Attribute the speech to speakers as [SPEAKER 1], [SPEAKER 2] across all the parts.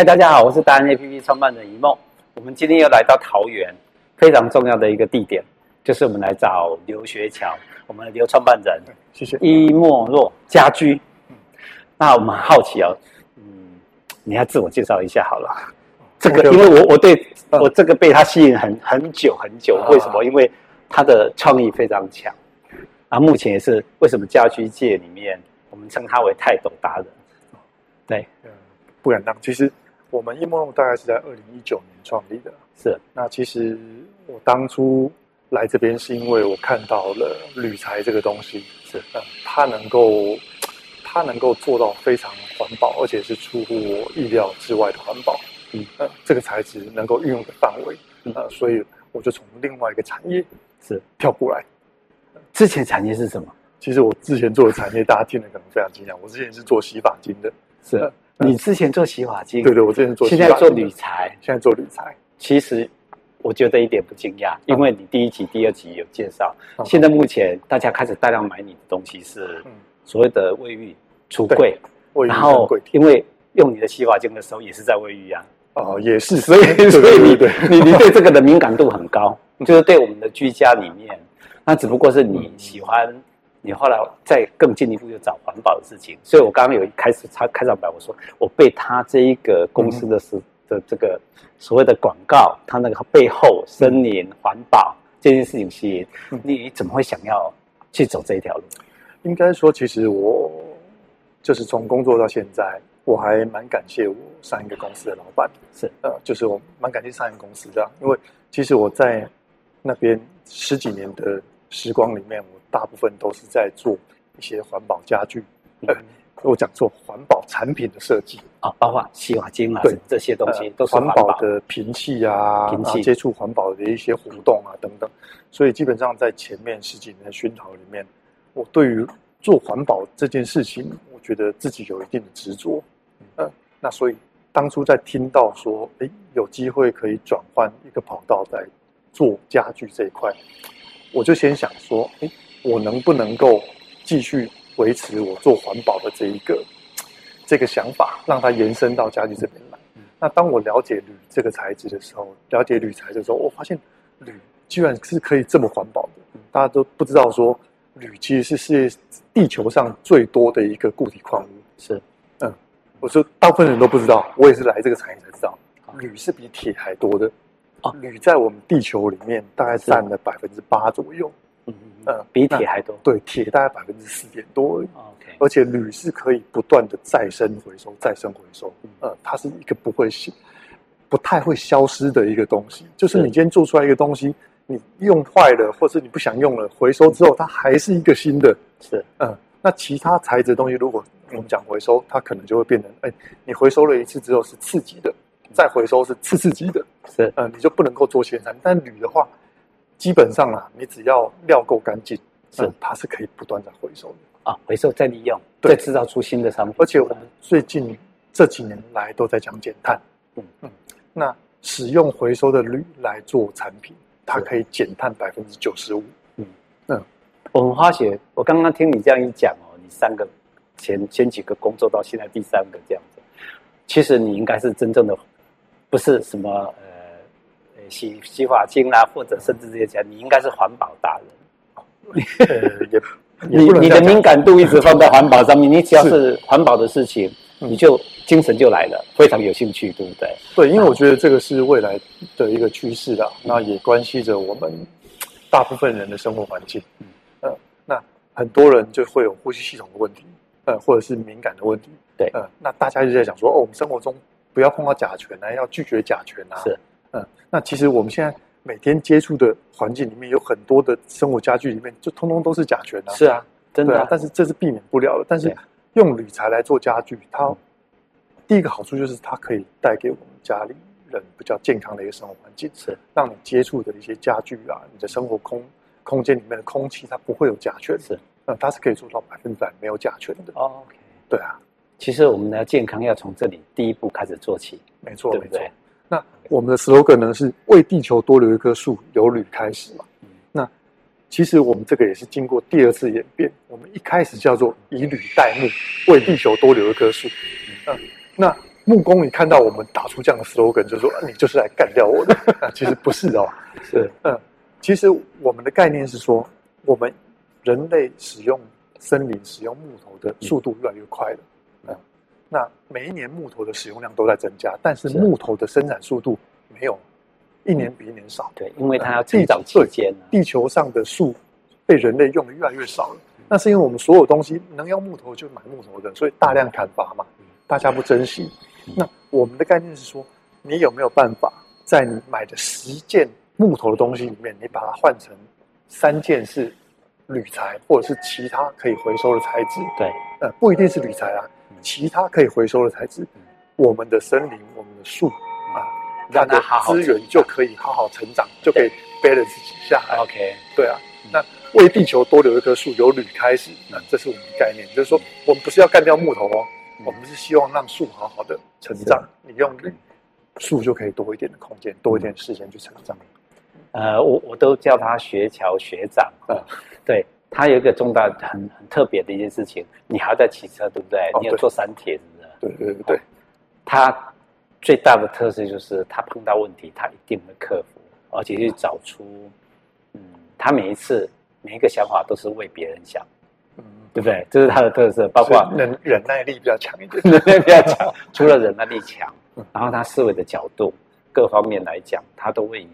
[SPEAKER 1] 嗨，大家好，我是达人 APP 创办人一梦。我们今天又来到桃园，非常重要的一个地点，就是我们来找刘学桥，我们的刘创办人
[SPEAKER 2] 谢谢。
[SPEAKER 1] 伊莫若家居。那我们好奇哦，嗯，你要自我介绍一下好了。这个，
[SPEAKER 2] 我
[SPEAKER 1] 因为我我对
[SPEAKER 2] 嗯
[SPEAKER 1] 我这个被他吸引很很久很久，
[SPEAKER 2] 啊
[SPEAKER 1] 为什么？因为他的创意非常强，啊，目前也是为什么家居界里面我们称他为泰斗达人。对，
[SPEAKER 2] 嗯，不敢当。其实我们易梦龙大概是在二零一九年创立的。
[SPEAKER 1] 是
[SPEAKER 2] 那其实我当初来这边是因为我看到了铝材这个东西，
[SPEAKER 1] 是
[SPEAKER 2] 嗯，它能够它能够做到非常环保，而且是出乎我意料之外的环保。
[SPEAKER 1] 嗯，
[SPEAKER 2] 呃，这个材质能够运用的范围，
[SPEAKER 1] 嗯
[SPEAKER 2] 呃，所以我就从另外一个产业
[SPEAKER 1] 是。
[SPEAKER 2] 跳过来。
[SPEAKER 1] 之前产业是什么？
[SPEAKER 2] 其实我之前做的产业，大家听了可能非常惊讶。我之前是做洗发精的，
[SPEAKER 1] 是
[SPEAKER 2] 呃
[SPEAKER 1] 你之前做洗发精，
[SPEAKER 2] 对对，我之前是做洗
[SPEAKER 1] 嗯现
[SPEAKER 2] 发
[SPEAKER 1] 在
[SPEAKER 2] 精
[SPEAKER 1] 做
[SPEAKER 2] 的
[SPEAKER 1] 理，财，
[SPEAKER 2] 现在做铝材。
[SPEAKER 1] 其实我觉得一点不惊讶，
[SPEAKER 2] 啊
[SPEAKER 1] 因为你第一集、第二集有介绍。
[SPEAKER 2] 嗯
[SPEAKER 1] 现在目前大家开始大量买你的东西是
[SPEAKER 2] 嗯
[SPEAKER 1] 所谓的卫浴、橱柜，
[SPEAKER 2] 卫浴
[SPEAKER 1] 然
[SPEAKER 2] 跟
[SPEAKER 1] 后
[SPEAKER 2] 柜体
[SPEAKER 1] 因为用你的洗发精的时候也是在卫浴啊，
[SPEAKER 2] 哦，也是，
[SPEAKER 1] 所以
[SPEAKER 2] 对
[SPEAKER 1] 所以
[SPEAKER 2] 对
[SPEAKER 1] 你
[SPEAKER 2] 对
[SPEAKER 1] 你你对这个的敏感度很高，就是对我们的居家里面，那只不过是你喜欢，你后来再更进一步又找环保的事情，所以我刚刚有一开始他开场白我说我被他这一个公司
[SPEAKER 2] 嗯
[SPEAKER 1] 的是、的这个所谓的广告，他那个背后森林环保这件事情吸引
[SPEAKER 2] 嗯
[SPEAKER 1] 你，怎么会想要去走这一条路？
[SPEAKER 2] 应该说，其实我就是从工作到现在，我还蛮感谢我上一个公司的老板，
[SPEAKER 1] 是
[SPEAKER 2] 呃，就是我蛮感谢上一个公司的啊，因为其实我在那边十几年的时光里面，我大部分都是在做一些环保家具，呃
[SPEAKER 1] 嗯，
[SPEAKER 2] 我讲做环保产品的设计，
[SPEAKER 1] 啊、包括洗发精啊，
[SPEAKER 2] 对
[SPEAKER 1] 这些东西
[SPEAKER 2] 呃
[SPEAKER 1] 都是
[SPEAKER 2] 环
[SPEAKER 1] 环保的，
[SPEAKER 2] 的瓶器啊，
[SPEAKER 1] 瓶
[SPEAKER 2] 然后
[SPEAKER 1] 器
[SPEAKER 2] 接触环保的一些活动啊等等。所以基本上在前面十几年的熏陶里面，我对于做环保这件事情，我觉得自己有一定的执着。
[SPEAKER 1] 嗯
[SPEAKER 2] 呃，那所以当初在听到说，诶，有机会可以转换一个跑道在做家具这一块，我就先想说，诶，我能不能够继续维持我做环保的这一个这个想法，让它延伸到家具这边来。那当我了解铝这个材质的时候，了解铝材的时候，我发现铝居然是可以这么环保的。大家都不知道说，铝其实是世界地球上最多的一个固体矿物。
[SPEAKER 1] 是
[SPEAKER 2] 我说大部分人都不知道，我也是来这个产业才知道，铝是比铁还多的
[SPEAKER 1] 哦。
[SPEAKER 2] 铝在我们地球里面大概占了百分之八左右，
[SPEAKER 1] 嗯，嗯
[SPEAKER 2] 呃
[SPEAKER 1] 比
[SPEAKER 2] 那
[SPEAKER 1] 铁还多。
[SPEAKER 2] 对，铁大概百分之四点多而已。
[SPEAKER 1] OK，
[SPEAKER 2] 而且铝是可以不断的再生回收、再生回收
[SPEAKER 1] 嗯，
[SPEAKER 2] 呃，它是一个不会消、不太会消失的一个东西。就是
[SPEAKER 1] 是
[SPEAKER 2] 你今天做出来一个东西，你用坏了，或是你不想用了，回收之后它还是一个新的。
[SPEAKER 1] 是
[SPEAKER 2] 嗯、那其他材质的东西，如果我们讲回收，它可能就会变成，哎、你回收了一次之后是刺激的，再回收是次刺激的，
[SPEAKER 1] 是
[SPEAKER 2] 呃，你就不能够做现产品。但铝的话，基本上啊，你只要料够干净，
[SPEAKER 1] 是
[SPEAKER 2] 嗯它是可以不断的回收的。
[SPEAKER 1] 啊，回收再利用，
[SPEAKER 2] 对
[SPEAKER 1] 再制造出新的商品。
[SPEAKER 2] 而且我们最近这几年来都在讲减碳，
[SPEAKER 1] 嗯
[SPEAKER 2] 嗯嗯，那使用回收的铝来做产品，它
[SPEAKER 1] 是
[SPEAKER 2] 可以减碳百分之九十五。
[SPEAKER 1] 我们花雪，我刚刚听你这样一讲哦，你三个前前几个工作到现在第三个这样子，其实你应该是真正的，不是什么呃呃洗洗发精啦，或者甚至这些讲，你应该是环保达人。
[SPEAKER 2] 呃， 也
[SPEAKER 1] 你你的敏感度一 直放在环保上面，你只要是
[SPEAKER 2] 是
[SPEAKER 1] 环保的事情，
[SPEAKER 2] 嗯
[SPEAKER 1] 你就精神就来了，非常有兴趣，对不对？
[SPEAKER 2] 对，因为我觉得这个是未来的一个趋势啦，
[SPEAKER 1] 嗯
[SPEAKER 2] 那也关系着我们大部分人的生活环境。
[SPEAKER 1] 嗯
[SPEAKER 2] 嗯，呃，那很多人就会有呼吸系统的问题，呃，或者是敏感的问题。
[SPEAKER 1] 对
[SPEAKER 2] 呃，那大家一直在讲说，哦，我们生活中不要碰到甲醛啊，要拒绝甲醛啊。
[SPEAKER 1] 是，
[SPEAKER 2] 嗯、那其实我们现在每天接触的环境里面，有很多的生活家具里面，就通通都是甲醛啊。
[SPEAKER 1] 是啊，真
[SPEAKER 2] 对
[SPEAKER 1] 的
[SPEAKER 2] 啊，但是这是避免不了的。但是
[SPEAKER 1] 对嗯
[SPEAKER 2] 用铝材来做家具，它第一个好处就是它可以带给我们家里人比较健康的一个生活环境，
[SPEAKER 1] 是
[SPEAKER 2] 让你接触的一些家具啊，你的生活空空间里面的空气，它不会有甲醛，
[SPEAKER 1] 是，
[SPEAKER 2] 呃，它是可以做到百分之百没有甲醛的。
[SPEAKER 1] 哦 OK。
[SPEAKER 2] 对啊，
[SPEAKER 1] 其实我们的健康要从这里第一步开始做起，
[SPEAKER 2] 没错，
[SPEAKER 1] 对
[SPEAKER 2] 没
[SPEAKER 1] 不
[SPEAKER 2] 错
[SPEAKER 1] 对。？
[SPEAKER 2] 那我们的 slogan 呢是为地球多留一棵树，由铝开始嘛
[SPEAKER 1] 嗯。
[SPEAKER 2] 那其实我们这个也是经过第二次演变，我们一开始叫做以铝代木，为地球多留一棵树。嗯、那木工一看到我们打出这样的 slogan，就说啊你就是来干掉我的。 啊其实不是哦，
[SPEAKER 1] 是
[SPEAKER 2] 其实我们的概念是说，我们人类使用森林、使用木头的速度越来越快了。嗯，那每一年木头的使用量都在增加，但是
[SPEAKER 1] 是
[SPEAKER 2] 木头的生产速度没有一年比一年少。
[SPEAKER 1] 对，因为它要成长期间呢、
[SPEAKER 2] 地球上的树被人类用的越来越少了。那是因为我们所有东西能要木头就买木头的，所以大量砍伐嘛
[SPEAKER 1] 嗯，
[SPEAKER 2] 大家不珍惜
[SPEAKER 1] 嗯。
[SPEAKER 2] 那我们的概念是说，你有没有办法在你买的十件木头的东西里面，你把它换成三件是铝材或者是其他可以回收的材质？
[SPEAKER 1] 对，
[SPEAKER 2] 呃，不一定是铝材啊
[SPEAKER 1] 嗯，
[SPEAKER 2] 其他可以回收的材质
[SPEAKER 1] 嗯。
[SPEAKER 2] 我们的森林，我们的树啊，
[SPEAKER 1] 让它
[SPEAKER 2] 的
[SPEAKER 1] 好好
[SPEAKER 2] 资
[SPEAKER 1] 成
[SPEAKER 2] 源就可以好好成长，就可以 balance 下来。
[SPEAKER 1] OK，
[SPEAKER 2] 对啊
[SPEAKER 1] 嗯，
[SPEAKER 2] 那为地球多留一棵树，由铝开始，那这是我们的概念，就是说我们不是要干掉木头哦，
[SPEAKER 1] 嗯
[SPEAKER 2] 我们是希望让树好好的成长。你用铝，树就可以多一点的空间，多一点时间去成长。
[SPEAKER 1] 呃，我我都叫他学桥学长。
[SPEAKER 2] 嗯
[SPEAKER 1] 对他有一个重大很很特别的一件事情，你还要在骑车，对不对？
[SPEAKER 2] 哦
[SPEAKER 1] 你有
[SPEAKER 2] 对
[SPEAKER 1] 坐山铁，是不是？
[SPEAKER 2] 对对对对，
[SPEAKER 1] 他最大的特色就是他碰到问题，他一定会克服，而且去找出，嗯，他每一次每一个想法都是为别人想，
[SPEAKER 2] 嗯，
[SPEAKER 1] 对不对？这是他的特色，包括
[SPEAKER 2] 是忍忍耐力比较强一点。
[SPEAKER 1] 能力比较强， 除了忍耐力强，然后他思维的角度各方面来讲，他都会以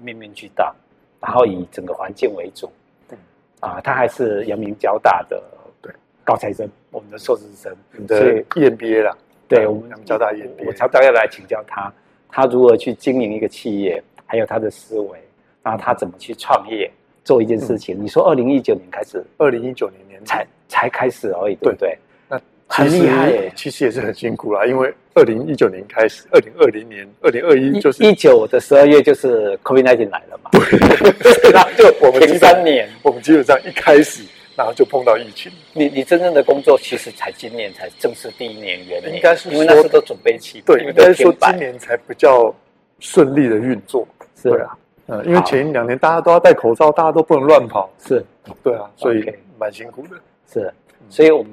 [SPEAKER 1] 面面俱到，然后以整个环境为主
[SPEAKER 2] 嗯。
[SPEAKER 1] 啊，他还是阳明交大的
[SPEAKER 2] 对
[SPEAKER 1] 高材生，我们的硕士生，
[SPEAKER 2] 你
[SPEAKER 1] 所
[SPEAKER 2] 的
[SPEAKER 1] 以
[SPEAKER 2] EMBA 啦，
[SPEAKER 1] 对我们
[SPEAKER 2] 阳明交大 EMBA，
[SPEAKER 1] 我常常要来请教他，他如何去经营一个企业，还有他的思维，然后他怎么去创业做一件事
[SPEAKER 2] 嗯
[SPEAKER 1] 情。你说二零一九年开始
[SPEAKER 2] 二零一九年年底
[SPEAKER 1] 才才开始而已，对不对？
[SPEAKER 2] 那
[SPEAKER 1] 很
[SPEAKER 2] 其实
[SPEAKER 1] 厉害耶
[SPEAKER 2] 其实也是很辛苦啦，因为二零一九年开始，二零二零年、二零二一就是
[SPEAKER 1] 一九的十二月就是 COVID 1 9来了嘛， 对，然后就
[SPEAKER 2] 我们
[SPEAKER 1] 停
[SPEAKER 2] 基本
[SPEAKER 1] 三年。
[SPEAKER 2] 我们基本上一开始，然后就碰到疫情。
[SPEAKER 1] 你你真正的工作其实才今年才正式第一年元年，
[SPEAKER 2] 应该是
[SPEAKER 1] 因为那
[SPEAKER 2] 说
[SPEAKER 1] 时都准备期，
[SPEAKER 2] 对，
[SPEAKER 1] 因为
[SPEAKER 2] 应
[SPEAKER 1] 都
[SPEAKER 2] 该说
[SPEAKER 1] 停摆
[SPEAKER 2] 今年才比较顺利的运作。
[SPEAKER 1] 是
[SPEAKER 2] 对啊，嗯，因为
[SPEAKER 1] 好
[SPEAKER 2] 前一两年大家都要戴口罩，大家都不能乱跑。
[SPEAKER 1] 是
[SPEAKER 2] 对啊，所以
[SPEAKER 1] OK
[SPEAKER 2] 蛮辛苦的。
[SPEAKER 1] 是，
[SPEAKER 2] 嗯
[SPEAKER 1] 所以我们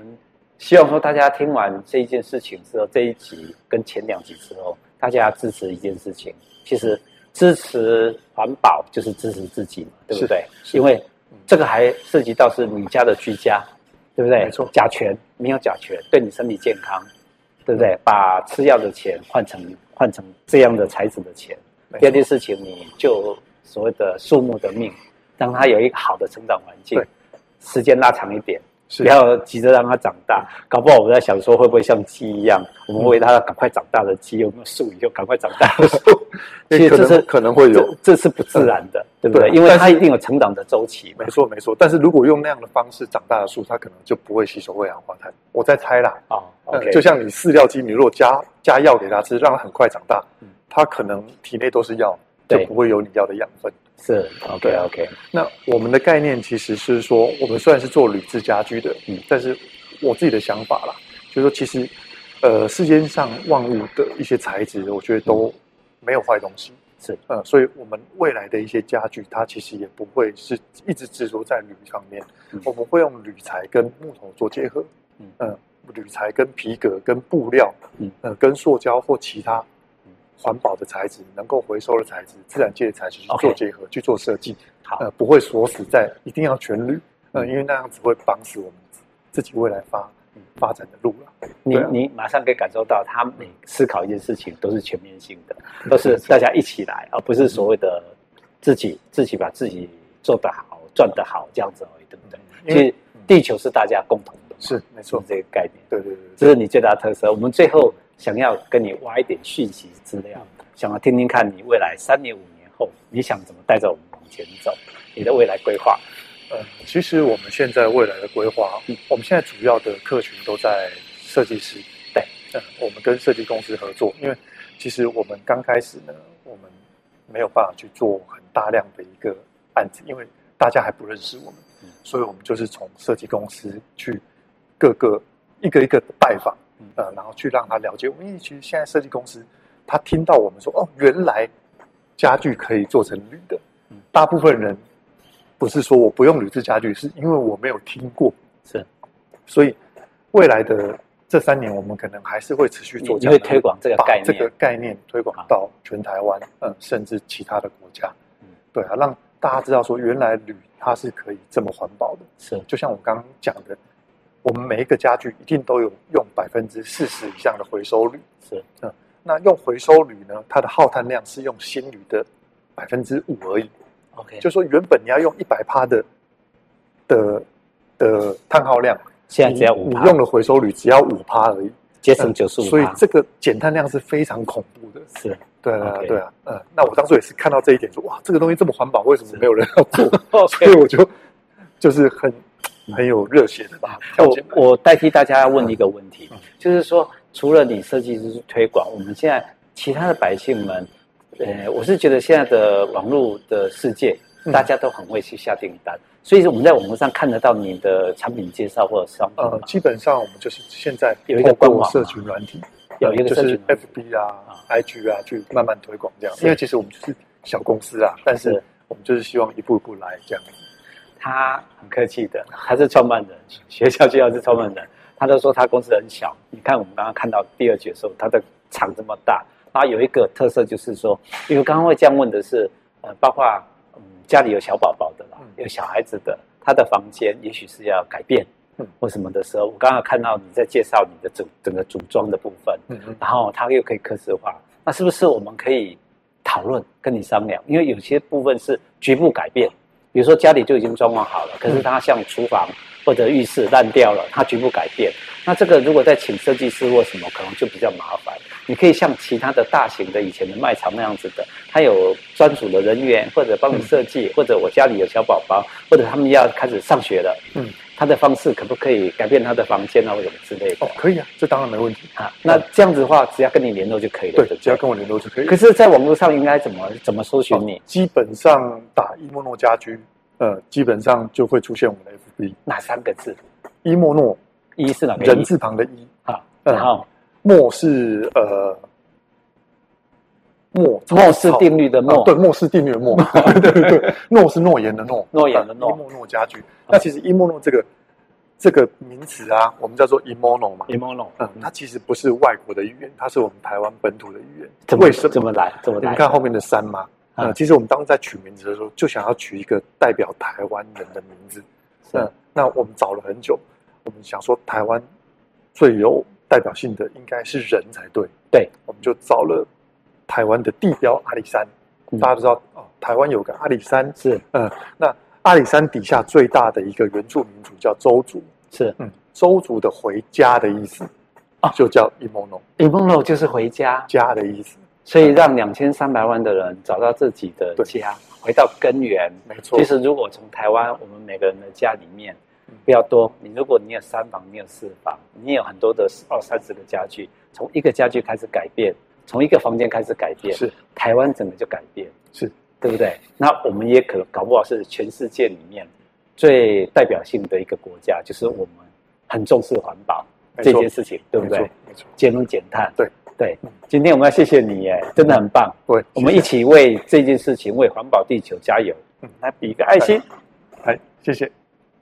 [SPEAKER 1] 希望说大家听完这一件事情之后，这一集跟前两集之后，大家支持一件事情，其实支持环保就是支持自己嘛，对不对？
[SPEAKER 2] 是是
[SPEAKER 1] 因为这个还涉及到是你家的居家，对不对？
[SPEAKER 2] 没错
[SPEAKER 1] 甲醛没有甲醛，对你身体健康，对不对？把吃药的钱换成换成这样的材质的钱。
[SPEAKER 2] 没错
[SPEAKER 1] 第二件事情，你就所谓的树木的命，让它有一个好的成长环境
[SPEAKER 2] 对，
[SPEAKER 1] 时间拉长一点，
[SPEAKER 2] 是
[SPEAKER 1] 不要急着让它长大。搞不好我们在想说，会不会像鸡一样，我
[SPEAKER 2] 嗯
[SPEAKER 1] 们喂它赶快长大的鸡，有没有树以后赶快长大 的树？ 其实这
[SPEAKER 2] 可能
[SPEAKER 1] 是
[SPEAKER 2] 可能会有，
[SPEAKER 1] 这这是不自然的，对不对？
[SPEAKER 2] 对啊
[SPEAKER 1] 因为它一定有成长的周期嘛
[SPEAKER 2] 没。错没错。但是如果用那样的方式长大的树，它可能就不会吸收二氧化碳。我在猜啦，
[SPEAKER 1] 哦
[SPEAKER 2] 嗯
[SPEAKER 1] ，OK，
[SPEAKER 2] 就像你饲料鸡，你如果加加药给它吃，让它很快长大
[SPEAKER 1] 嗯，
[SPEAKER 2] 它可能体内都是药，就
[SPEAKER 1] 对
[SPEAKER 2] 不会有你要的养分。
[SPEAKER 1] 是 OK
[SPEAKER 2] 啊
[SPEAKER 1] OK，
[SPEAKER 2] 那我们的概念其实是说，我们虽然是做铝制家居的，
[SPEAKER 1] 嗯
[SPEAKER 2] 嗯，但是我自己的想法啦，就是说，其实，呃，世间上万物的一些材质，我觉得都没有坏东西，
[SPEAKER 1] 是，
[SPEAKER 2] 呃，所以我们未来的一些家具，它其实也不会是一直执着在铝方面，
[SPEAKER 1] 嗯
[SPEAKER 2] 我们会用铝材跟木头做结合，
[SPEAKER 1] 嗯
[SPEAKER 2] 嗯，呃，铝材跟皮革、跟布料，
[SPEAKER 1] 嗯
[SPEAKER 2] 嗯，呃，跟塑胶或其他
[SPEAKER 1] 嗯。
[SPEAKER 2] 环保的材质，能够回收的材质，自然界的材质去
[SPEAKER 1] OK
[SPEAKER 2] 做结合去做设计，
[SPEAKER 1] 好，嗯
[SPEAKER 2] 呃，不会锁死在一定要全绿，呃，因为那样子会绑死我们自己未来发发展的路了。
[SPEAKER 1] 你
[SPEAKER 2] 对啊
[SPEAKER 1] 你马上可以感受到，他每思考一件事情都是全面性的，
[SPEAKER 2] 嗯
[SPEAKER 1] 都是大家一起来，而不是所谓的自己自己把自己做得好、赚得好这样子而已，对不对？
[SPEAKER 2] 嗯因
[SPEAKER 1] 其
[SPEAKER 2] 为
[SPEAKER 1] 实地球是大家共同的嘛，
[SPEAKER 2] 是没
[SPEAKER 1] 是嗯
[SPEAKER 2] 错，
[SPEAKER 1] 这个概念，
[SPEAKER 2] 对对对
[SPEAKER 1] 这是你最大的特色。我们最后想要跟你挖一点讯息资料，想要听听看你未来三年、五年后，你想怎么带着我们往前走，你的未来规划。
[SPEAKER 2] 对，呃，其实我们现在未来的规划
[SPEAKER 1] 嗯，
[SPEAKER 2] 我们现在主要的客群都在设计师，
[SPEAKER 1] 对，
[SPEAKER 2] 呃，我们跟设计公司合作，因为其实我们刚开始呢，我们没有办法去做很大量的一个案子，因为大家还不认识我们
[SPEAKER 1] 嗯，
[SPEAKER 2] 所以我们就是从设计公司去各个一个一个的拜访
[SPEAKER 1] 嗯，
[SPEAKER 2] 呃，然后去让他了解我们。因为其实现在设计公司，他听到我们说哦，原来家具可以做成铝的
[SPEAKER 1] 嗯，
[SPEAKER 2] 大部分人不是说我不用铝制家具，是因为我没有听过，
[SPEAKER 1] 是
[SPEAKER 2] 所以未来的这三年我们可能还是会持续做这
[SPEAKER 1] 你
[SPEAKER 2] 样
[SPEAKER 1] 会
[SPEAKER 2] 的
[SPEAKER 1] 推广这个概
[SPEAKER 2] 把
[SPEAKER 1] 念，啊
[SPEAKER 2] 这个概念推广到全台湾，嗯，甚至其他的国家
[SPEAKER 1] 嗯，
[SPEAKER 2] 对啊，让大家知道说，原来铝它是可以这么环保的。
[SPEAKER 1] 是
[SPEAKER 2] 就像我刚刚讲的，我们每一个家具一定都有用百分之四十以上的回收铝。
[SPEAKER 1] 是，
[SPEAKER 2] 嗯，那用回收铝呢，它的耗碳量是用新铝的百分之五而已。
[SPEAKER 1] OK，
[SPEAKER 2] 就说原本你要用一百帕的的的碳耗量，
[SPEAKER 1] 现在只要五
[SPEAKER 2] 你
[SPEAKER 1] 趴，
[SPEAKER 2] 你用了回收铝只要五帕而已。
[SPEAKER 1] 节省九十五
[SPEAKER 2] 所以
[SPEAKER 1] 趴，
[SPEAKER 2] 这个减碳量是非常恐怖的。
[SPEAKER 1] 是
[SPEAKER 2] 对啊
[SPEAKER 1] OK
[SPEAKER 2] 对啊，嗯，那我当初也是看到这一点说哇，这个东西这么环保，为什么没有人要做？所
[SPEAKER 1] OK
[SPEAKER 2] 以。我就就是很很有热血的吧。跳
[SPEAKER 1] 我
[SPEAKER 2] 进来
[SPEAKER 1] 哎我代替大家问一个问题
[SPEAKER 2] 嗯，
[SPEAKER 1] 就是说，除了你设计师推广，我们现在其他的百姓们，呃，我是觉得现在的网络的世界，
[SPEAKER 2] 嗯
[SPEAKER 1] 大家都很会去下订单，所以我们在网络上看得到你的产品介绍或者商品
[SPEAKER 2] 呃
[SPEAKER 1] 嘛，，
[SPEAKER 2] 基本上我们就是现在
[SPEAKER 1] 有一个
[SPEAKER 2] 透
[SPEAKER 1] 官
[SPEAKER 2] 过
[SPEAKER 1] 网嘛啊
[SPEAKER 2] 社群软体，嗯
[SPEAKER 1] 有一个社
[SPEAKER 2] 就是
[SPEAKER 1] 群软体
[SPEAKER 2] FB 啊
[SPEAKER 1] 啊、
[SPEAKER 2] IG 啊，去慢慢推广这样。
[SPEAKER 1] 是
[SPEAKER 2] 因为其实我们就是小公司啊，但是
[SPEAKER 1] 是
[SPEAKER 2] 我们就是希望一步一步来这样。
[SPEAKER 1] 他很客气的，他是创办人，学校就要是创办人，他都说他公司很小。你看我们刚刚看到第二节的时候，他的厂这么大，然后有一个特色就是说，因为刚刚会这样问的是，呃，包括嗯家里有小宝宝的啦，
[SPEAKER 2] 嗯
[SPEAKER 1] 有小孩子的，他的房间也许是要改变，
[SPEAKER 2] 嗯
[SPEAKER 1] 或什么的时候，我刚刚看到你在介绍你的整整个组装的部分，
[SPEAKER 2] 嗯嗯，
[SPEAKER 1] 然后它又可以科学化，那是不是我们可以讨论跟你商量？因为有些部分是局部改变，比如说家里就已经装潢好了，可是它像厨房或者浴室烂掉了，它局部改变，那这个如果再请设计师或什么，可能就比较麻烦。你可以像其他的大型的以前的卖场那样子的，它有专属的人员或者帮你设计，或者我家里有小宝宝，或者他们要开始上学了，
[SPEAKER 2] 嗯，
[SPEAKER 1] 他的方式可不可以改变他的房间啊，或者什么之类的
[SPEAKER 2] 哦，？可以啊，这当然没问题。
[SPEAKER 1] 啊，那这样子的话，只要跟你联络就可以了，
[SPEAKER 2] 对
[SPEAKER 1] 对，不
[SPEAKER 2] 只要
[SPEAKER 1] 对？
[SPEAKER 2] 跟我联络就可以了哦
[SPEAKER 1] 可。是，在网络上应该怎么怎么搜寻你？
[SPEAKER 2] 基本上打伊莫诺家居，呃，基本上就会出现我们的 FB。
[SPEAKER 1] 哪三个字？
[SPEAKER 2] 伊莫诺
[SPEAKER 1] 一是哪个一？
[SPEAKER 2] 人字旁的伊，
[SPEAKER 1] 啊，
[SPEAKER 2] 嗯
[SPEAKER 1] 然后
[SPEAKER 2] 莫是呃莫
[SPEAKER 1] 莫氏定律的
[SPEAKER 2] 啊
[SPEAKER 1] 莫，
[SPEAKER 2] 对，莫是定律 的莫，对对对，诺是诺言的诺，
[SPEAKER 1] 诺言的诺
[SPEAKER 2] 呃伊莫诺家居。那其实伊莫诺这个这个名词啊，我们叫做伊莫诺嘛，
[SPEAKER 1] ，emono，
[SPEAKER 2] 嗯，它其实不是外国的语言，它是我们台湾本土的语言。
[SPEAKER 1] 怎么
[SPEAKER 2] 为什么
[SPEAKER 1] 怎？么来？怎么
[SPEAKER 2] 你
[SPEAKER 1] 来
[SPEAKER 2] 们？看后面的山嘛，
[SPEAKER 1] 啊
[SPEAKER 2] 呃，其实我们当时在取名字的时候，就想要取一个代表台湾人的名字。
[SPEAKER 1] 是
[SPEAKER 2] 嗯，那我们找了很久，我们想说台湾最有代表性的应该是人才对。
[SPEAKER 1] 对，
[SPEAKER 2] 我们就找了台湾的地标阿里山。
[SPEAKER 1] 嗯
[SPEAKER 2] 大家都知道哦，台湾有个阿里山，
[SPEAKER 1] 是
[SPEAKER 2] 嗯，那阿里山底下最大的一个原住民族叫周族，
[SPEAKER 1] 是
[SPEAKER 2] 嗯，周族的回家的意思
[SPEAKER 1] 啊
[SPEAKER 2] 就叫 “imono”，
[SPEAKER 1] ，emono 就是回家，
[SPEAKER 2] 家的意思，
[SPEAKER 1] 所以让两千三百万的人找到自己的
[SPEAKER 2] 对
[SPEAKER 1] 家，回到根源。
[SPEAKER 2] 没错
[SPEAKER 1] 其。实，如果从台湾我们每个人的家里面
[SPEAKER 2] 嗯
[SPEAKER 1] 不要多，你如果你有三房，你有四房，你有很多的二三十个家具，从一个家具开始改变，从一个房间开始改变，
[SPEAKER 2] 是
[SPEAKER 1] 台湾整个就改变，
[SPEAKER 2] 是
[SPEAKER 1] 对不对？那我们也可能搞不好是全世界里面最代表性的一个国家，就是我们很重视环保
[SPEAKER 2] 没
[SPEAKER 1] 这
[SPEAKER 2] 错
[SPEAKER 1] 件事情，对不
[SPEAKER 2] 没错
[SPEAKER 1] 对？？
[SPEAKER 2] 没错，
[SPEAKER 1] 节能减碳，
[SPEAKER 2] 对
[SPEAKER 1] 对
[SPEAKER 2] 嗯。
[SPEAKER 1] 今天我们要谢谢你，耶，真的很棒。
[SPEAKER 2] 对，
[SPEAKER 1] 我们一起为这件事情，为环保地球加油
[SPEAKER 2] 嗯，
[SPEAKER 1] 来比一个爱心。
[SPEAKER 2] 哎，谢谢。